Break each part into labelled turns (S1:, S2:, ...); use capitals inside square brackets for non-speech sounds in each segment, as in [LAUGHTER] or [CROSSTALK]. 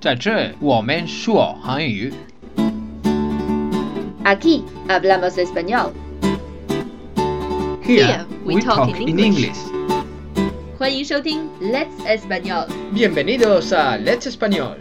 S1: 在这我们说韩语。
S2: Aquí hablamos español。Here we talk in English. 欢迎收听 Let's Español。
S3: Bienvenidos a Let's Español.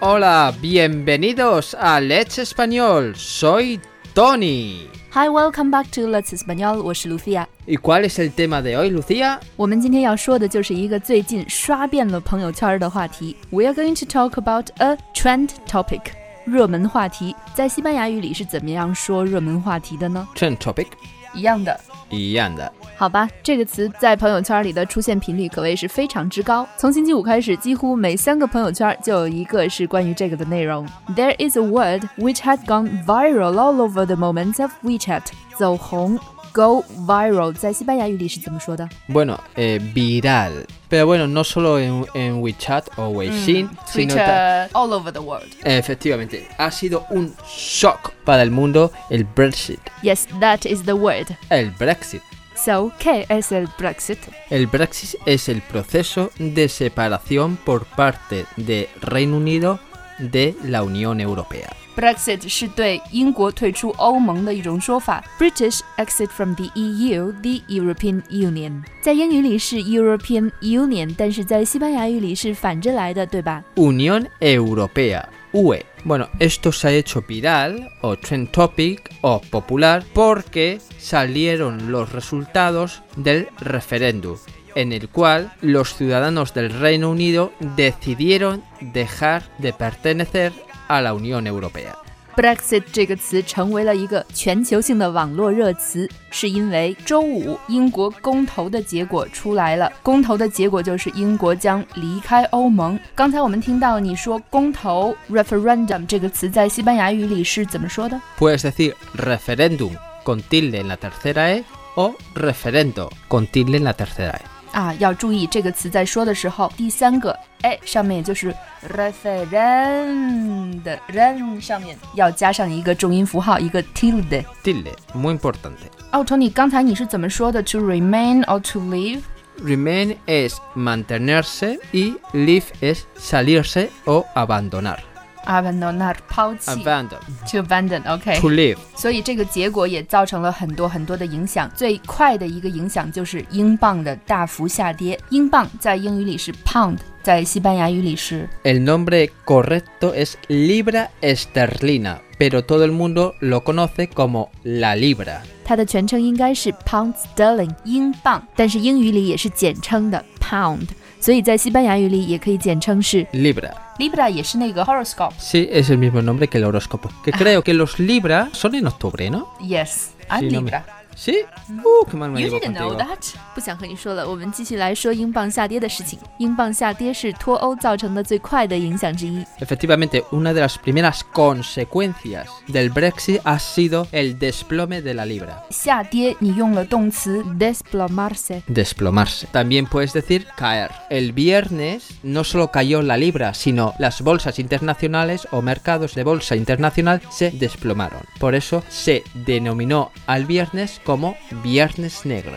S4: Hola, bienvenidos a Let's Español. Soy Tony.
S5: Hi, welcome back to Let's Español，我是卢菲亚。
S4: ¿Y cuál es el tema de hoy, Lucía?
S5: 我们今天要说的就是一个最近刷遍了朋友圈儿的话题。We are going to talk about a trend topic，热门话题。在西班牙语里是怎么样说热门话题的呢？
S4: Trend topic
S5: 一样的。
S4: 一样的。
S5: 好吧，这个词在朋友圈里的出现频率可谓是非常之高。从星期五开始，几乎每三个朋友圈就有一个是关于这个的内容。There is a word which had gone viral all over the moments of WeChat，走红，go viral，在西班牙语里是怎么说的？
S4: Bueno, eh, viral. Pero bueno, no solo en, en WeChat o Weixin,
S2: Mm,
S4: sino ta-
S5: all over the world.
S4: Efectivamente, ha sido un shock para el mundo el Brexit.
S5: Yes, that is the word.
S4: El Brexit.
S5: So, ¿qué es el Brexit?
S4: El Brexit es el proceso de separación por parte de Reino Unido de la Unión Europea.
S5: Brexit 是对英国退出欧盟的一种说法，British exit from the EU, the European Union，在英语里是 European Union，但是在西班牙语里是反着来的，对吧？
S4: Unión Europea, UE. Bueno, esto se ha hecho viral o trend topic o popular porque salieron los resultados del referéndum en el cual los ciudadanos del Reino Unido decidieron dejar de pertenecer a la Unión Europea.
S5: Brexit 这个词成为了一个全球性的网络热词，是因为周五英国公投的结果出来了。公投的结果就是英国将离开欧盟。刚才我们听到你说公投 （referendum） 这个词在西班牙语里是怎么说的？
S4: Puedes decir referéndum con tilde en la tercera E o referendo con tilde en la tercera E.
S5: 啊，要注意这个词在说的时候，第三个哎上面也就是 referend ren 上面要加上一个重音符号，一个 tilde。
S4: Tilde, muy importante.
S5: 哦，t o n y 刚才你是怎么说的？To remain or to leave？
S4: Remain es mantenerse y leave es salirse o abandonar.
S5: abandonar 啊抛弃
S4: Abandon.
S5: to abandon OK，
S4: To leave.
S5: 所以这个结果也造成了很多很多的影响。最快的一个影响就是英镑的大幅下跌。英镑在英语里是 pound，在西班牙语里是
S4: El nombre correcto es libra esterlina, pero todo el mundo lo conoce como la libra.
S5: 它的全称应该是 pound sterling 英镑，但是英语里也是简称的 pound，所以在西班牙语里也可以简称是
S4: Libra.
S5: libra，也是那个 horoscope。
S4: Sí, es el mismo nombre que el horóscopo. Que creo que los libra son en octubre, ¿no?
S5: Yes，I'm
S4: 是那么 Sí. Uh, qué mal me llevo contigo.
S5: that。不想和你说了，我们继续来说英镑下跌的事情。英镑下跌是脱欧造成的最快的影响之一。
S4: Efectivamente, una de las primeras consecuencias del Brexit ha sido el desplome de la libra.
S5: 下跌，你用了动词 desplomarse。
S4: Desplomarse. También puedes decir caer. El viernes no solo cayó la libra, sino las bolsas internacionales o mercados de bolsa internacional se desplomaron. Por eso se denominó al viernes como Viernes Negro.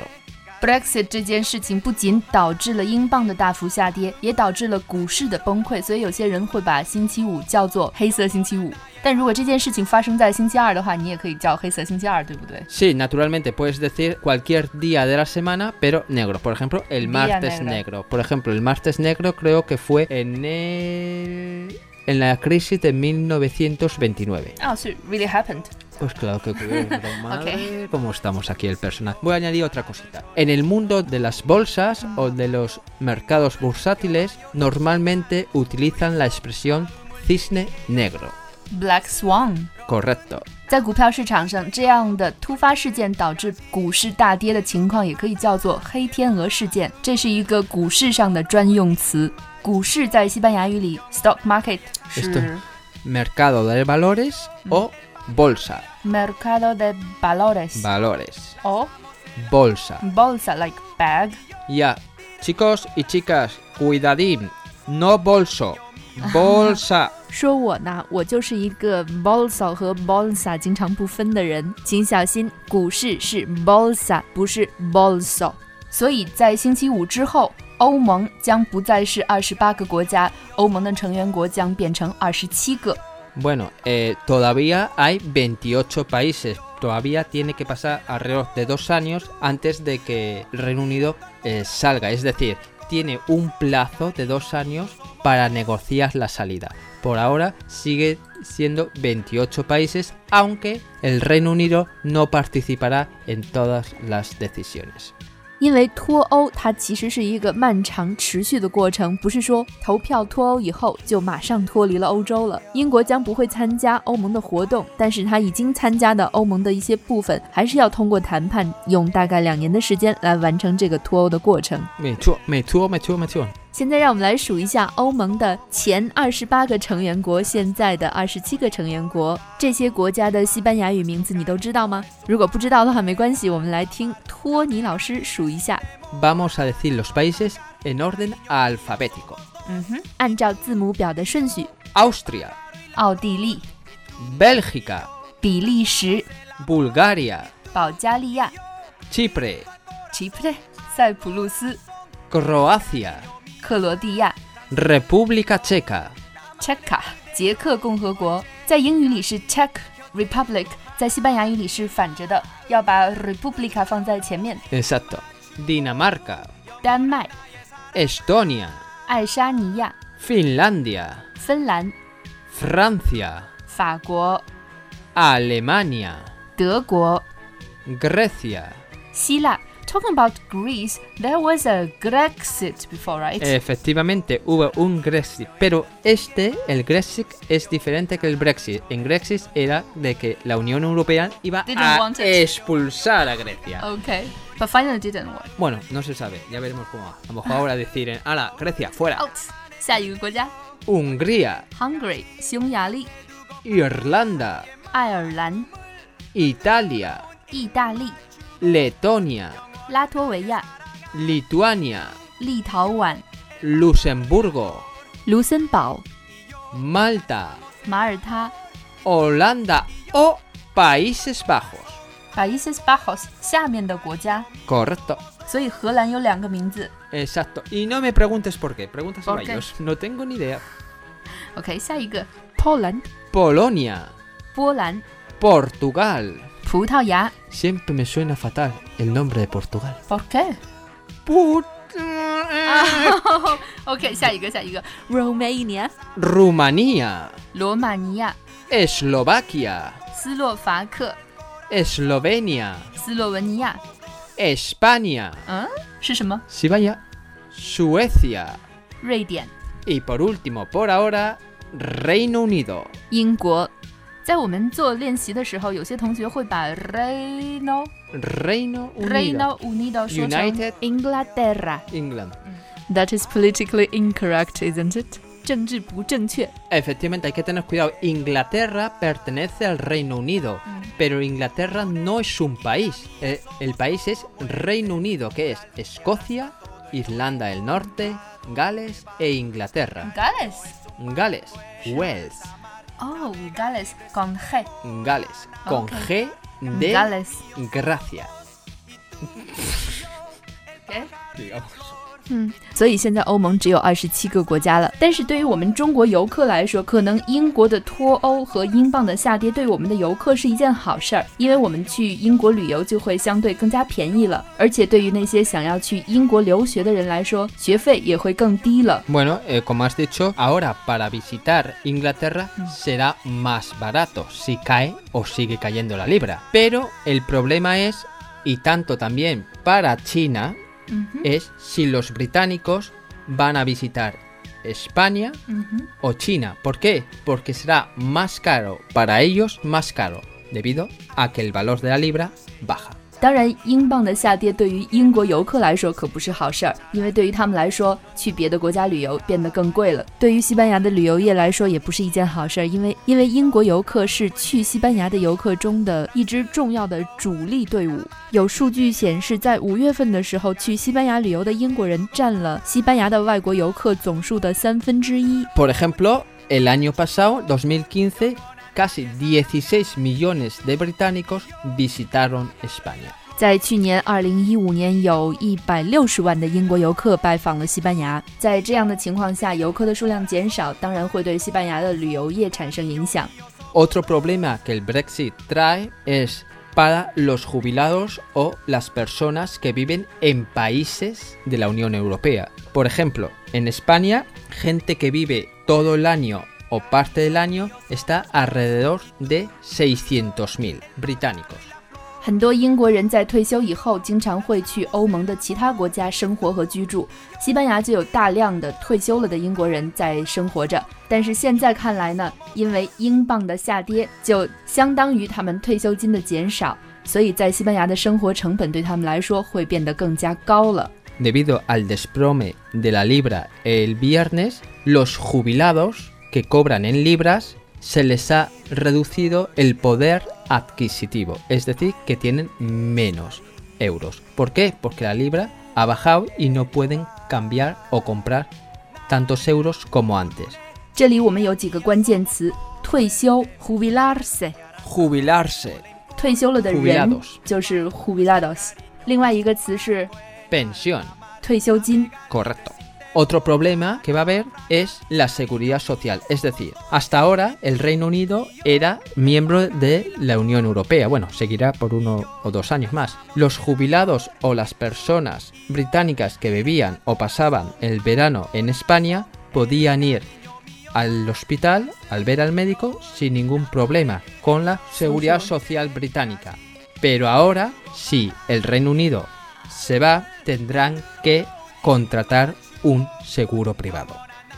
S5: Brexit 这件事情不仅导致了英镑的大幅下跌，也导致了股市的崩溃，所以有些人会把星期五叫做黑色星期五。但如果这件事情发生在星期二的话，你也可以叫黑色星期二，对不对？
S4: Sí, naturalmente puedes decir cualquier día de la semana, pero negro. Por ejemplo, el
S5: Día
S4: martes negro.
S5: negro.
S4: Por ejemplo, el martes negro creo que fue en el... en la crisis de 1929.
S5: 啊、是 really happened。
S4: Pues claro que ocurrió, pero madre,
S5: Ok.
S4: cómo estamos aquí el personal. Voy a añadir otra cosita. En el mundo de las bolsas o de los mercados bursátiles, normalmente utilizan la expresión cisne negro.
S5: Black Swan。
S4: Correcto.
S5: 在股票市场上，这样的突发事件导致股市大跌的情况，也可以叫做“黑天鹅事件”，这是一个股市上的专用词。股市在西班牙语里，stock market 是
S4: Mercado de valores o bolsa.
S5: mercado de valores
S4: Valores.
S5: o
S4: Bolsa.
S5: bolsa like bag
S4: Ya. Chicos y chicas, cuidadín. No bolso. bolsa
S5: 说我呢，我就是一个 bolsa 和 bolsa 经常不分的人，请小心，股市是 bolsa 不是 bolso。所以在星期五之后，欧盟将不再是二十八个国家，欧盟的成员国将变成二十七个。
S4: Bueno, eh, todavía hay 28 países. Todavía tiene que pasar alrededor de dos años antes de que el Reino Unido eh, salga. Es decir, tiene un plazo de dos años para negociar la salida. Por ahora sigue siendo 28 países, aunque el Reino Unido no participará en todas las decisiones.
S5: 因为脱欧它其实是一个漫长持续的过程，不是说投票脱欧以后就马上脱离了欧洲了。英国将不会参加欧盟的活动，但是它已经参加的欧盟的一些部分，还是要通过谈判，用大概两年的时间来完成这个脱欧的过程。
S4: 没错，没错，没错，没错。
S5: 现在让我们来数一下欧盟的前二十八个成员国，现在的二十七个成员国，这些国家的西班牙语名字你都知道吗？如果不知道的话没关系，我们来听托尼老师数一下。
S4: Vamos a decir los países en orden alfabético.
S5: 嗯哼，按照字母表的顺序：
S4: Austria,
S5: 奥地利、
S4: Bélgica,
S5: 比利时、
S4: Bulgaria,
S5: 保加利亚、
S4: Chipre,
S5: 吉普特、塞浦路斯、
S4: Croacia,
S5: 克罗地亚、
S4: República Checa,
S5: Czech 捷克共和国，在英语里是 Czech Republic，在西班牙语里是反着的，要把 Republica 放在前面。
S4: exacto, Dinamarca,
S5: 丹麦、
S4: Estonia,
S5: 爱沙尼亚、
S4: Finlandia,
S5: 芬兰、
S4: Francia,
S5: 法国、
S4: Alemania,
S5: 德国、
S4: Grecia.
S5: 希腊。Talking about Greece, there was a Grexit before, right?
S4: Eh. Efectivamente, hubo un Grexit, pero este, el Grexit, es diferente que el Brexit. En Grexit era de que la Unión Europea iba
S5: Didn't
S4: a
S5: want it. Oh.
S4: expulsar a Grecia.
S5: okay, but finally didn't work.
S4: Bueno, no se sabe, ya veremos cómo va. A lo mejor ahora decir, ala, Grecia, fuera.
S5: Out. 下一个国家
S4: Hungría,
S5: Hungary 匈牙利、
S4: Irlanda,
S5: 爱尔兰、
S4: Italia,
S5: 意大利、
S4: Letonia,
S5: 拉脱维亚、
S4: Lituania,
S5: 立陶宛、
S4: Luxemburgo,
S5: 卢森堡、
S4: Malta,
S5: 马耳他、
S4: Holanda o Países Bajos.
S5: Países Bajos 下面的国家。
S4: Correcto.
S5: 所以荷兰有两个名字。
S4: Exacto. Y no me preguntes por qué, pregúntaselo
S5: ¿Por qué?
S4: a ellos. No tengo ni idea.
S5: OK，下一个波兰、
S4: Polonia,
S5: 波兰、
S4: Portugal.
S5: 葡萄牙。
S4: Siempre me suena fatal el nombre de Portugal.
S5: o k
S4: Put-
S5: OK，下一个，下一个 Romania
S4: [LAUGHS] Rumanía,
S5: 罗马尼亚、
S4: Eslovaquia,
S5: 斯洛伐克、
S4: Eslovenia,
S5: 斯洛文尼亚，
S4: España,
S5: 嗯，是什么？
S4: si vaya, Suecia
S5: 瑞典、
S4: y por último, por ahora, Reino Unido.
S5: 英国。在我们做练习的时候，有些同学会把 Reino
S4: Reino Unido.
S5: Reino Unido 说成
S4: United-
S5: Inglaterra。
S4: England.
S5: That is politically incorrect, isn't it? 政治不正确。
S4: Efectivamente, hay que tener cuidado. Inglaterra pertenece al Reino Unido,
S5: Mm.
S4: pero Inglaterra no es un país. Eh, El, país es Reino Unido, que es Escocia, Irlanda del Norte, Gales e Inglaterra.
S5: Gales. Mm.
S4: Gales, Wales,
S5: 哦、g a l e s 港黑。
S4: Gales, con G
S5: Ok.
S4: de
S5: Gales.
S4: Gracia.
S5: OK。
S4: digamos.
S5: 嗯，所以现在欧盟只有二十七个国家了。但是对于我们中国游客来说，可能英国的脱欧和英镑的下跌对我们的游客是一件好事儿，因为我们去英国旅游就会相对更加便宜了。而且对于那些想要去英国留学的人来说，学费也会更低了。
S4: Bueno, eh, como has dicho, ahora para visitar Inglaterra será más barato si cae o sigue cayendo la libra. Pero el problema es, y tanto también para China,
S5: 嗯哼，
S4: es si los británicos van a visitar España
S5: 嗯哼。
S4: o China. ¿Por qué? Porque será más caro para ellos, más caro, debido a que el valor de la libra baja.
S5: 当然，英镑的下跌对于英国游客来说可不是好事儿，因为对于他们来说，去别的国家旅游变得更贵了。对于西班牙的旅游业来说，也不是一件好事儿，因为因为英国游客是去西班牙的游客中的一支重要的主力队伍。有数据显示，在五月份的时候，去西班牙旅游的英国人占了西班牙的外国游客总数的三分之一。
S4: Por ejemplo, el año pasado, 2015, casi 16 millones de británicos visitaron España.
S5: 在去年二零一五年，有一百六十万的英国游客拜访了西班牙。在这样的情况下，游客的数量减少，当然会对西班牙的旅游业产生影响。
S4: Otro problema que el Brexit trae es para los jubilados o las personas que viven en países de la Unión Europea. Por ejemplo, en España, gente que vive todo el año o parte del año está alrededor de 600.000 británicos.
S5: 很多英国人在退休以后，经常会去欧盟的其他国家生活和居住。西班牙就有大量的退休了的英国人在生活着，但是现在看来呢，因为英镑的下跌，就相当于他们退休金的减少，所以在西班牙的生活成本对他们来说会变得更加高了。
S4: Debido al desplome de la libra el viernes, los jubilados que cobran en libras se les ha reducido el poder adquisitivo, es decir, que tienen menos euros. ¿Por qué? Porque la libra ha bajado y no pueden cambiar o comprar tantos euros como antes.
S5: 这里我们有几个关键词：退休 （jubilarse），
S4: Jubilarse,
S5: 退休了的人
S4: Jubilados
S5: 就是 jubilados。另外一个词是
S4: pensión,
S5: 退休金。
S4: correcto. Otro problema que va a haber es la seguridad social, es decir, hasta ahora el Reino Unido era miembro de la Unión Europea, bueno, seguirá por uno o dos años más. Los jubilados o las personas británicas que bebían o pasaban el verano en España podían ir al hospital al ver al médico sin ningún problema con la seguridad social británica. Pero ahora, si el Reino Unido se va, tendrán que contratar un seguro privado.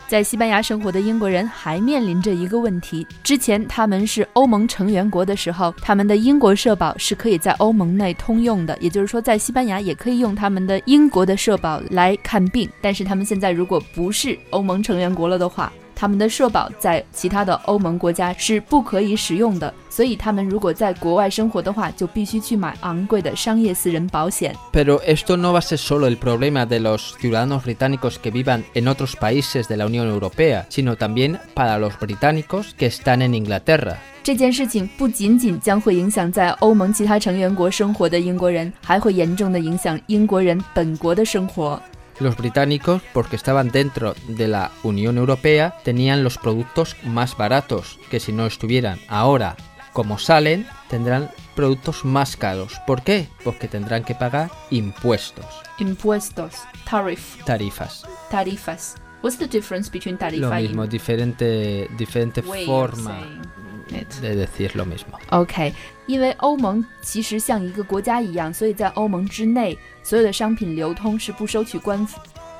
S5: 在西班牙生活的英国人还面临着一个问题：之前他们是欧盟成员国的时候，他们的英国社保是可以在欧盟内通用的，也就是说，在西班牙也可以用他们的英国的社保来看病。但是他们现在如果不是欧盟成员国了的话，他们的社保在其他的欧盟国家是不可以使用的，所以他们如果在国外生活的话，就必须去买昂贵的商业私人保险。
S4: Pero esto no va a ser solo el problema de los ciudadanos británicos que vivan en otros países de la Unión Europea, sino también para los británicos que están en Inglaterra.
S5: 这件事情不仅仅将会影响在欧盟其他成员国生活的英国人，还会严重的影响英国人本国的生活。
S4: Los británicos, porque estaban dentro de la Unión Europea, tenían los productos más baratos que si no estuvieran ahora. Como salen, tendrán productos más caros. ¿Por qué? Porque tendrán que pagar impuestos,
S5: Impuestos, tariff,
S4: tarifas.
S5: tarifas. What's the difference between
S4: Lo mismo, diferente, diferente forma
S5: it?
S4: de decir lo mismo.
S5: OK，因为欧盟其实像一个国家一样，所以在欧盟之内，所有的商品流通是不收取关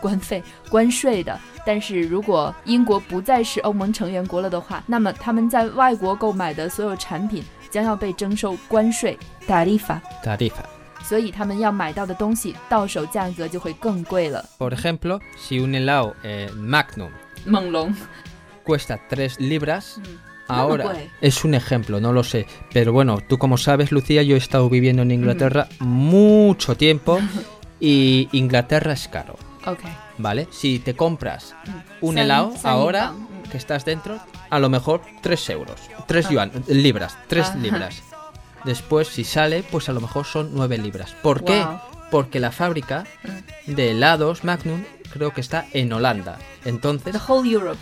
S5: 关费、关税的。但是如果英国不再是欧盟成员国了的话，那么他们在外国购买的所有产品将要被征收关税 （tarifa），
S4: Tarifa.
S5: 所以他们要买到的东西到手价格就会更贵了。
S4: Por ejemplo, si un helado eh, Magnum
S5: 猛龙，
S4: cuesta 3 libras,
S5: Mm.
S4: ahora
S5: puede.
S4: es un ejemplo, no lo sé. Pero bueno, tú como sabes, Lucía, yo he estado viviendo en Inglaterra
S5: Mm.
S4: mucho
S5: [LAUGHS]
S4: tiempo y Inglaterra es caro,
S5: OK，
S4: ¿vale? Si te compras
S5: Mm.
S4: un
S5: San-
S4: helado
S5: San
S4: ahora
S5: Iván, mm.
S4: que estás dentro, a lo mejor 3 euros,
S5: Ah.
S4: 3 yuan, libras, 3
S5: Ajá. [LAUGHS]
S4: libras. Después, si sale, pues a lo mejor son 9 libras. ¿Por qué?
S5: Wow.
S4: Porque la fábrica de helados Magnum creo que está en Holanda. Entonces,
S5: the whole Europe。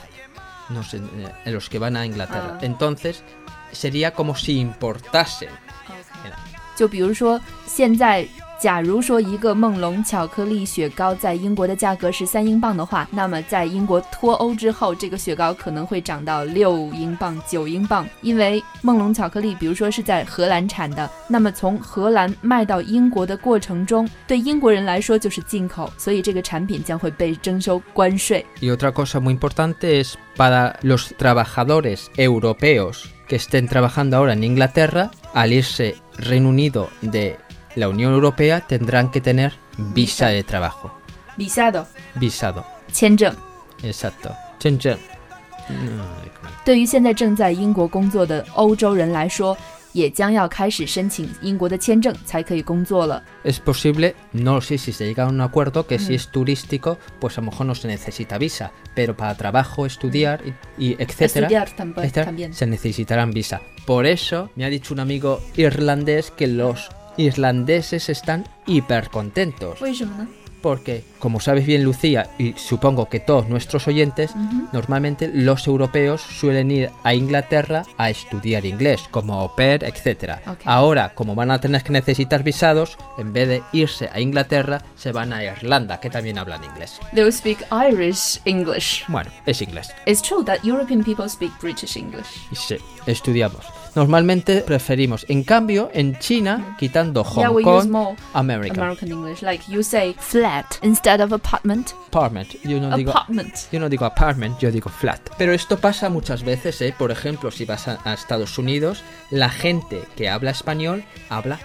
S4: no sé, eh, los que van a Inglaterra.
S5: Ah.
S4: Entonces, sería como si importasen.
S5: 就比如说，现在假如说一个梦龙巧克力雪糕在英国的价格是三英镑的话，那么在英国脱欧之后，这个雪糕可能会涨到六英镑、九英镑，因为梦龙巧克力，比如说是在荷兰产的，那么从荷兰卖到英国的过程中，对英国人来说就是进口，所以这个产品将会被征收关税。
S4: Y otra cosa muy importante es para los trabajadores europeos que estén trabajando ahora en Inglaterra, al irse Reino Unido de la Unión Europea tendrán que tener visa de trabajo.
S5: visado，
S4: Visado.
S5: 签证。
S4: Exacto. Chen chen. No,
S5: 对于现在正在英国工作的欧洲人来说，也将要开始申请英国的签证才可以工作了。
S4: Es posible, no sé si se llega a un acuerdo, que si
S5: Mm.
S4: es turístico, pues a lo mejor no se necesita visa, pero para trabajo, estudiar y, y etcétera,
S5: Estudiar tamb-
S4: etcétera,
S5: también.
S4: se necesitarán visa. Por eso me ha dicho un amigo irlandés que los irlandeses están hiper contentos,
S5: 为什么呢？
S4: porque como sabes bien Lucía y supongo que todos nuestros oyentes,
S5: 嗯哼，
S4: Normalmente los europeos suelen ir a Inglaterra a estudiar inglés, como au pair, etc.
S5: Ok.
S4: Ahora, como van a tener que necesitar visados, en vez de irse a Inglaterra, se van a Irlanda, que también hablan inglés.
S5: They speak Irish English.
S4: Bueno, es inglés.
S5: It's true that European people speak British English.
S4: Y sí, estudiamos. Normalmente preferimos, en cambio, en China, quitando Hong
S5: yeah, we use
S4: Kong,
S5: more
S4: American.
S5: American English. Like you say flat instead of apartment.
S4: apartment. Yo no digo
S5: apartment.
S4: Yo no digo apartment, yo digo flat. Pero esto pasa muchas veces, ¿eh? Por ejemplo, si vas a, a Estados Unidos, la gente que habla español habla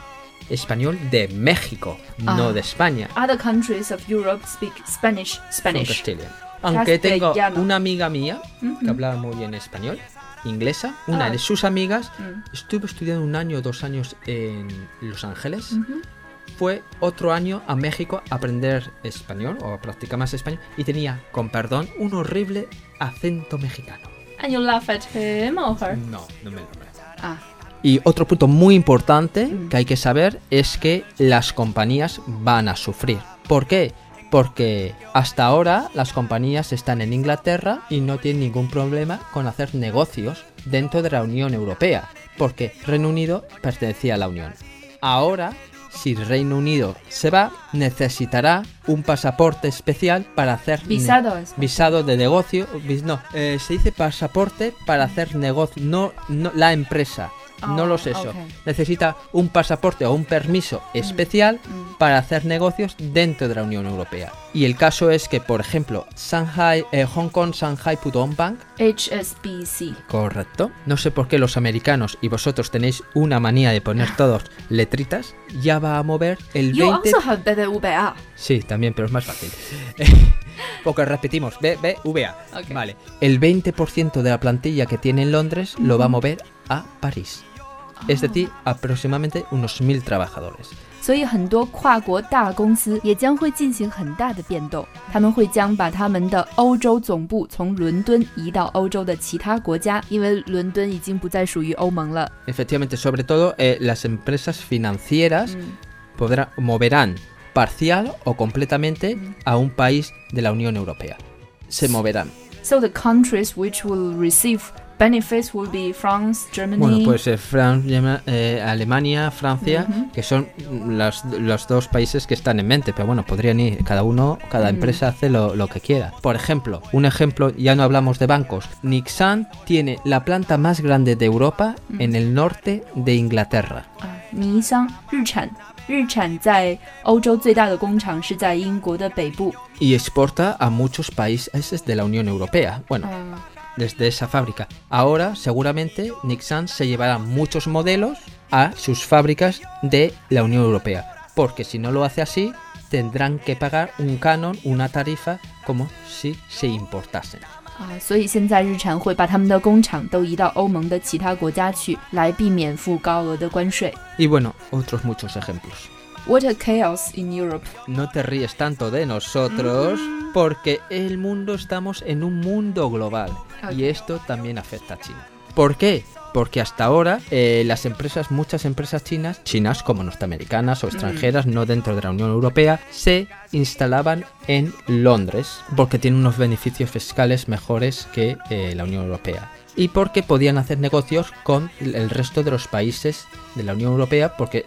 S4: español de México,
S5: Ah.
S4: no de España.
S5: Other countries of Europe speak Spanish.
S4: From
S5: Spanish.
S4: Castilla. Aunque tengo
S5: Castellano.
S4: una amiga mía que
S5: Mhm.
S4: hablaba muy bien español, inglesa, una
S5: Ah.
S4: de sus amigas,
S5: Mm.
S4: estuvo estudiando un año o dos años en Los Ángeles,
S5: Mhm.
S4: fue otro año a México a aprender español o a practicar más español y tenía, con perdón, un horrible acento mexicano.
S5: And you laugh at him or her?
S4: No, no me nombres.
S5: Ah.
S4: Y otro punto muy importante
S5: Mm.
S4: que hay que saber es que las compañías van a sufrir. ¿Por qué? Porque hasta ahora las compañías están en Inglaterra y no tienen ningún problema con hacer negocios dentro de la Unión Europea, porque Reino Unido pertenecía a la Unión. Ahora, si Reino Unido se va, necesitará un pasaporte especial para hacer ne-
S5: Visados.
S4: visado de negocio, vis- no, eh, se dice pasaporte para hacer negocio, no, no la empresa, no lo sé eso.
S5: Oh, ok.
S4: Necesita un pasaporte o un permiso especial
S5: Mm.
S4: para hacer negocios dentro de la Unión Europea. Y el caso es que, por ejemplo, Shanghai, eh, Hong Kong Shanghai Pudong Bank,
S5: HSBC.
S4: correcto. No sé por qué los americanos y vosotros tenéis una manía de
S5: Ah.
S4: poner todos letritas. Ya va a mover el
S5: You
S4: 20.
S5: also have better UBA.
S4: Sí, también, pero es más fácil. Porque repetimos, B, B, V, A.
S5: Ok.
S4: Vale. El 20% de la plantilla que tiene en Londres lo va a mover a París. Es decir, aproximadamente unos 1.000 trabajadores.
S5: 所以很多跨国大公司也将会进行很大的变动，他们会将把他们的欧洲总部从伦敦移到欧洲的其他国家，因为伦敦已经不再属于欧盟了。
S4: Efectivamente, sobre todo eh, las empresas financieras
S5: 嗯
S4: podrá- moverán parcial o completamente a un país de la Unión Europea. Se moverán.
S5: So the countries which will receive benefits will be France, Germany.
S4: Bueno, pues eh, Fran- Yema- eh, Alemania, Francia,
S5: Ujú.
S4: que son mm, las- los dos países que están en mente, pero bueno, podrían ir, cada uno, cada
S5: Mm.
S4: empresa hace lo, lo que quiera. Por ejemplo, un ejemplo, ya no hablamos de bancos, Nixon tiene la planta más grande de Europa
S5: Mm.
S4: en el norte de Inglaterra.
S5: 啊，尼桑日产，日产在欧洲最大的工厂是在英国的北部。
S4: Y exporta a muchos países de la Unión Europea. Bueno,
S5: 嗯、
S4: desde esa fábrica. Ahora seguramente Nixon se llevará muchos modelos a sus fábricas de la Unión Europea, porque si no lo hace así, tendrán que pagar un canon, una tarifa, como si se importasen.
S5: 啊，所以现在日产会把他们的工厂都移到欧盟的其他国家去，来避免付高额的关税。
S4: Y bueno, otros muchos ejemplos.
S5: What a chaos in Europe！
S4: No te ríes tanto de nosotros, porque el mundo estamos en un mundo global. Y esto también afecta a China. ¿Por qué? Porque hasta ahora eh, las empresas, muchas empresas chinas, chinas como norteamericanas o extranjeras, no dentro de la Unión Europea, se instalaban en Londres porque tienen unos beneficios fiscales mejores que eh, la Unión Europea. Y porque podían hacer negocios con el el resto de los países de la Unión Europea porque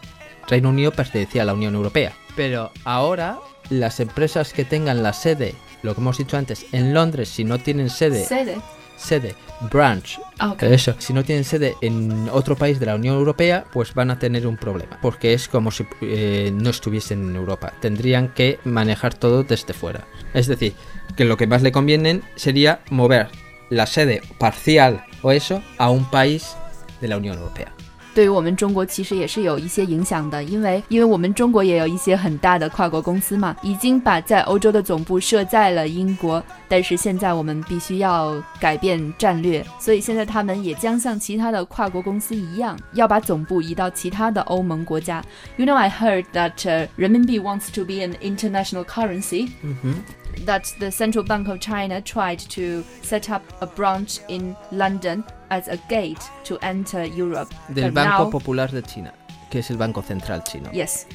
S4: Reino Unido pertenecía a la Unión Europea. Pero ahora las empresas que tengan la sede, lo que hemos dicho antes, en Londres, si no tienen sede
S5: Sede.
S4: sede, branch,
S5: OK。
S4: eso. Si no tienen sede en otro país de la Unión Europea, pues van a tener un problema, porque es como si eh, no estuviesen en Europa. Tendrían que manejar todo desde fuera. Es decir, que lo que más le conviene sería mover la sede parcial o eso a un país de la Unión Europea.
S5: 对于我们中国其实也是有一些影响的，因为因为我们中国也有一些很大的跨国公司嘛，已经把在欧洲的总部设在了英国，但是现在我们必须要改变战略，所以现在他们也将像其他的跨国公司一样，要把总部移到其他的欧盟国家。You know, I heard that、uh, 人民币 wants to be an international currency.
S4: 嗯哼，
S5: that the Central Bank of China tried to set up a branch in London as a gate to enter Europe.
S4: del
S5: but
S4: Banco
S5: now,
S4: Popular de China, que es el Banco Central Chino.
S5: Yes.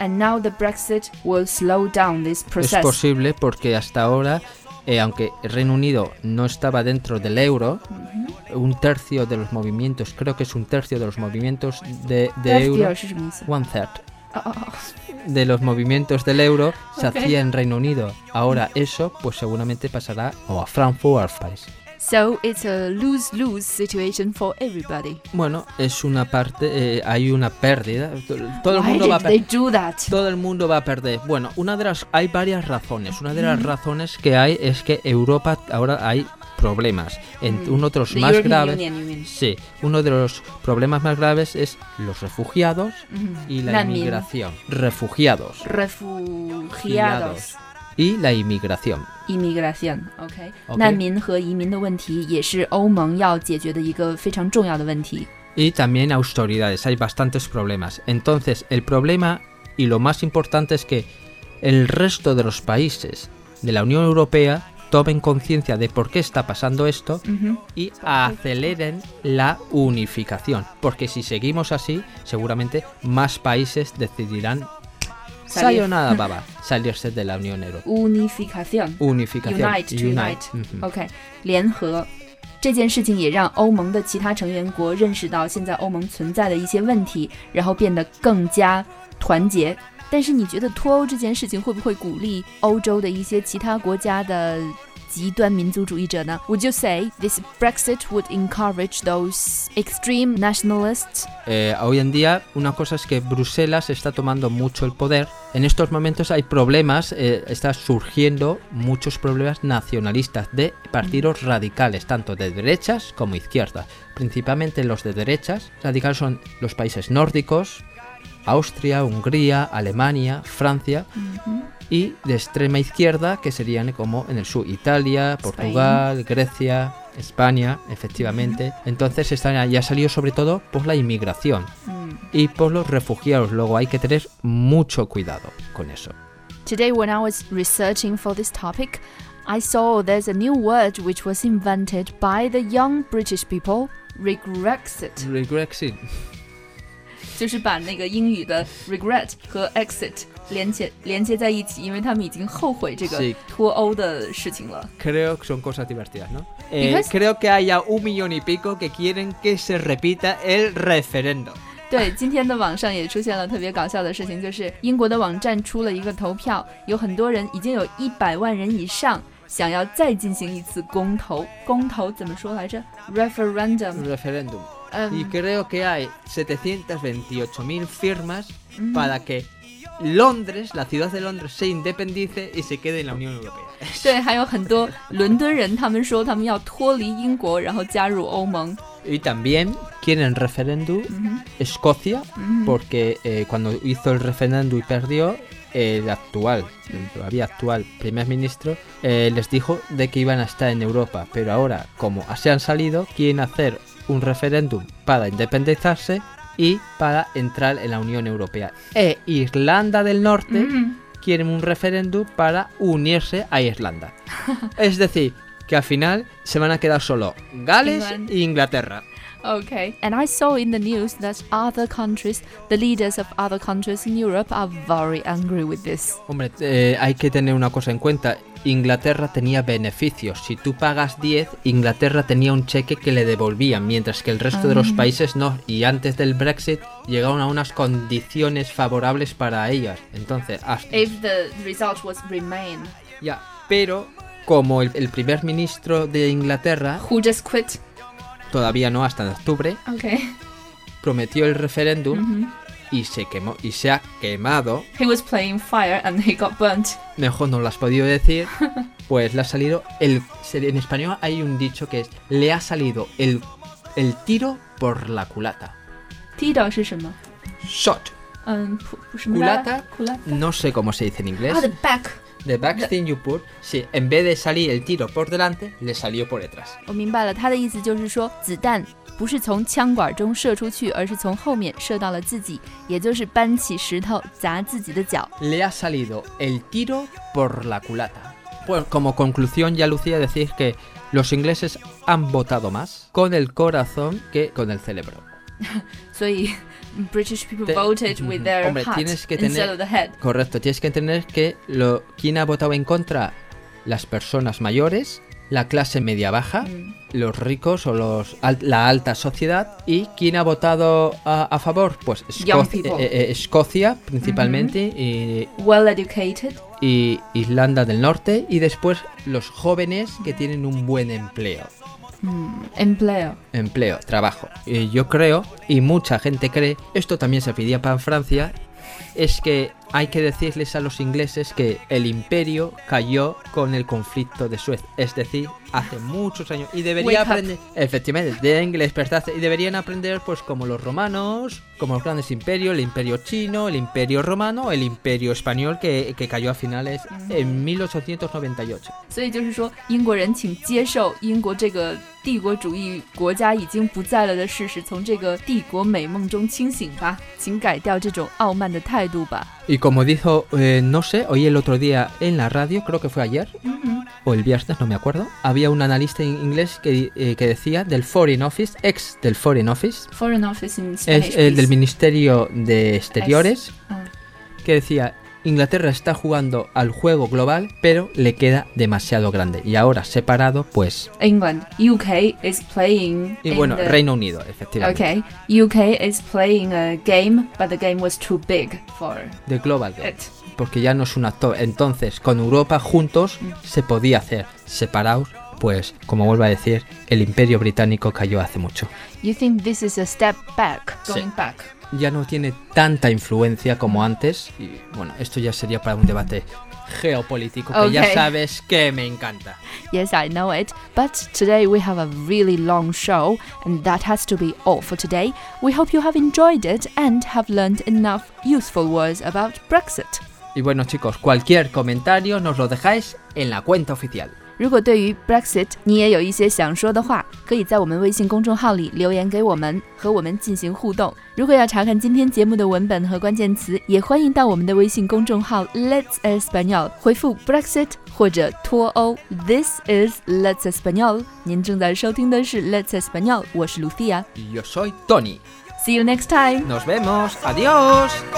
S5: And now the Brexit will slow down this
S4: Es
S5: process.
S4: posible porque hasta ahora, eh, aunque el Reino Unido no estaba dentro del euro, un tercio de los movimientos, creo que es un tercio de los movimientos de, de euro,
S5: 是什么意思？
S4: one third
S5: Oh, oh, oh.
S4: de los movimientos del euro se
S5: Ok.
S4: hacía en Reino Unido. Ahora eso, pues seguramente pasará o a Frankfurt o al país.
S5: So it's a lose-lose situation for everybody.
S4: Bueno, es una parte, eh, hay una pérdida. to- Todo el
S5: Why
S4: mundo
S5: did
S4: va a perder.
S5: they do that?
S4: Todo el mundo va a perder. Bueno, una de las hay varias razones. Una de las razones que hay es que Europa ahora hay problemas. En
S5: Mm.
S4: uno de los
S5: The
S4: más
S5: European
S4: graves.
S5: Union, you mean.
S4: Sí, uno de los problemas más graves es los refugiados
S5: Mhm.
S4: y la
S5: 难民。
S4: inmigración. Refugiados
S5: Refugiados.
S4: y la inmigración.
S5: immigration OK，,
S4: OK
S5: 难民和移民的问题也是欧盟要解决的一个非常重要的问题。
S4: Y también autoridades, hay bastantes problemas. Entonces, el problema y lo más importante es que el resto de los países de la Unión Europea tomen conciencia de por qué está pasando esto
S5: 嗯哼，
S4: y aceleren la unificación. Porque si seguimos así, seguramente más países decidirán
S5: Salir.
S4: sayonara, baba, salirse de la Unión Europea.
S5: unification
S4: Unificación.
S5: Unite, to unite.
S4: ujú.
S5: OK，联合这件事情也让欧盟的其他成员国认识到现在欧盟存在的一些问题，然后变得更加团结。但是你觉得脱欧这件事情会不会鼓励欧洲的一些其他国家的极端民族主义者呢？Would you say this Brexit would encourage those extreme nationalists
S4: Eh, hoy en día una cosa es que Bruselas está tomando mucho el poder. En estos momentos hay problemas, eh, está surgiendo muchos problemas nacionalistas de partidos radicales, tanto de derechas como izquierdas. Principalmente los de derechas radicales son los países nórdicos, Austria, Hungría, Alemania, Francia y de extrema izquierda que serían como en el sur Italia, Portugal, Grecia, España, efectivamente. Entonces están ya salido sobre todo por la inmigración y por los refugiados. Luego hay que tener mucho cuidado con eso.
S5: Today, when I was researching for this topic, I saw there's a new word which was invented by the young British people. Regrexit，
S4: Brexit.
S5: 就是把那个英语的 regret 和 exit 连接连接在一起，因为他们已经后悔这个
S4: 是
S5: 脱欧的事情了。
S4: Creo que son cosas divertidas, ¿no? Eh,
S5: Because-
S4: creo que haya un millón y pico que quieren que se repita el referendo.
S5: [LAUGHS] 对，今天的网上也出现了特别搞笑的事情，就是英国的网站出了一个投票，有很多人已经有一百万人以上想要再进行一次公投。公投怎么说来着？referendum。
S4: referéndum.
S5: 嗯
S4: Y creo que hay 728.000 firmas
S5: Mm.
S4: para que Londres, la ciudad de Londres, se independice y se quede en la Unión Europea.
S5: 对，还有很多伦敦人，他们说他们要脱离英国，然后加入欧盟。
S4: Y también quieren referéndum
S5: 嗯
S4: Escocia,
S5: 哼，嗯
S4: porque eh, cuando hizo el referéndum y perdió, el actual, el todavía actual primer ministro, eh, les dijo de que iban a estar en Europa. Pero ahora, como se han salido, quieren hacer un referéndum para independizarse y para entrar en la Unión Europea. E Irlanda del Norte
S5: 嗯，
S4: quieren un referéndum para unirse a Irlanda. es decir, que al final se van a quedar solo Gales
S5: England.
S4: e Inglaterra.
S5: Okay. And I saw in the news that other countries, the leaders of other countries in Europe are very angry with this.
S4: Hombre, eh, hay que tener una cosa en cuenta. Inglaterra tenía beneficios. Si tú pagas 10, Inglaterra tenía un cheque que le devolvían, mientras que el resto de los
S5: Ah.
S4: países no. Y antes del Brexit llegaron a unas condiciones favorables para ellas. Entonces, hasta...
S5: the result was remain,
S4: Ya, pero como el, el primer ministro de Inglaterra,
S5: who just quit?
S4: todavía no hasta en octubre,
S5: Okay. Mm-hmm.
S4: prometió el referéndum y se quemó y se ha quemado.
S5: He was playing fire and he got burnt.
S4: Mejor no lo has podido decir. Pues le ha salido el se- en español hay un dicho que es le ha salido el el tiro por la culata.
S5: Tido 是什么？
S4: Shot.
S5: 嗯，普什么来着？
S4: Culata
S5: 苦拉。
S4: No sé cómo se dice en inglés.
S5: Ah, the back。
S4: The back thing you put. Sí, en vez de salir el tiro por delante, le salió por detrás.
S5: 我明白了，他的意思就是说，子弹不是从枪管中射出去，而是从后面射到了自己，也就是搬起石头砸自己的脚。
S4: Le ha salido el tiro por la culata. Bueno, como conclusión ya Lucía decís que los ingleses han votado más con el corazón que con el cerebro.
S5: 所以嗯 British people
S4: 对 [LAUGHS]
S5: voted with
S4: 嗯
S5: their
S4: ，hombre，
S5: heart
S4: tienes que
S5: instead
S4: tener-
S5: of the head。
S4: Correcto, tienes que entender que lo, quien ha votado en contra, las personas mayores, la clase media baja,
S5: 嗯，
S4: los ricos o los al- la alta sociedad y quién ha votado a, a favor pues
S5: Young
S4: Escocia,
S5: people.
S4: eh, eh, Escocia principalmente y-
S5: well educated，
S4: y, Irlanda del Norte y después los jóvenes que tienen un buen empleo
S5: 嗯，employer，
S4: empleo trabajo Eh, yo creo y mucha gente cree esto también se pedía para Francia es que hay que decirles a los ingleses que el imperio cayó con el conflicto de Suez, es decir, hace muchos años. Y debería
S5: Wake up.
S4: aprender, efectivamente, de inglés, despertarse. Y deberían aprender, pues, como los romanos, como los grandes imperios, el imperio chino, el imperio romano, el imperio español, que, que cayó a finales en 1898.
S5: 所以就是说，英国人请接受英国这个帝国主义国家已经不在了的事实，从这个帝国美梦中清醒吧，请改掉这种傲慢的态度吧。
S4: Y como dijo, eh, no sé, oí el otro día en la radio, creo que fue ayer,
S5: 嗯哼。
S4: o el viernes, no me acuerdo, había un analista en inglés que, eh, que decía del Foreign Office, ex del Foreign Office,
S5: Foreign Office in Spanish.
S4: es el del
S5: please.
S4: Ministerio de Exteriores,
S5: Ah.
S4: que decía, Inglaterra está jugando al juego global, pero le queda demasiado grande. Y ahora separado, pues...
S5: England. UK is playing.
S4: Y
S5: in
S4: bueno,
S5: the-
S4: Reino Unido, efectivamente.
S5: Okay. UK is playing a game, but the game was too big for
S4: De Global Game,
S5: it.
S4: porque ya no es un actor. Entonces, con Europa juntos se podía hacer. Separados, pues, como vuelvo a decir, el imperio británico cayó hace mucho.
S5: You think this is a step back?
S4: Sí.
S5: Going back.
S4: ya no tiene tanta influencia como antes. Y bueno, esto ya sería para un debate geopolítico que
S5: Ok.
S4: ya sabes que me encanta.
S5: Yes, I know it. But today we have a really long show, and that has to be all for today. We hope you have enjoyed it and have learned enough useful words about Brexit.
S4: Y bueno chicos, cualquier comentario nos lo dejáis en la cuenta oficial.
S5: 如果对于 Brexit 你也有一些想说的话，可以在我们微信公众号里留言给我们，和我们进行互动。如果要查看今天节目的文本和关键词，也欢迎到我们的微信公众号 Let's Espanol 回复 Brexit 或者脱欧。This is Let's Espanol。您正在收听的是 Let's Espanol，我是 Lucia。
S4: Y yo soy Tony.
S5: See you next time.
S4: Nos vemos. Adiós.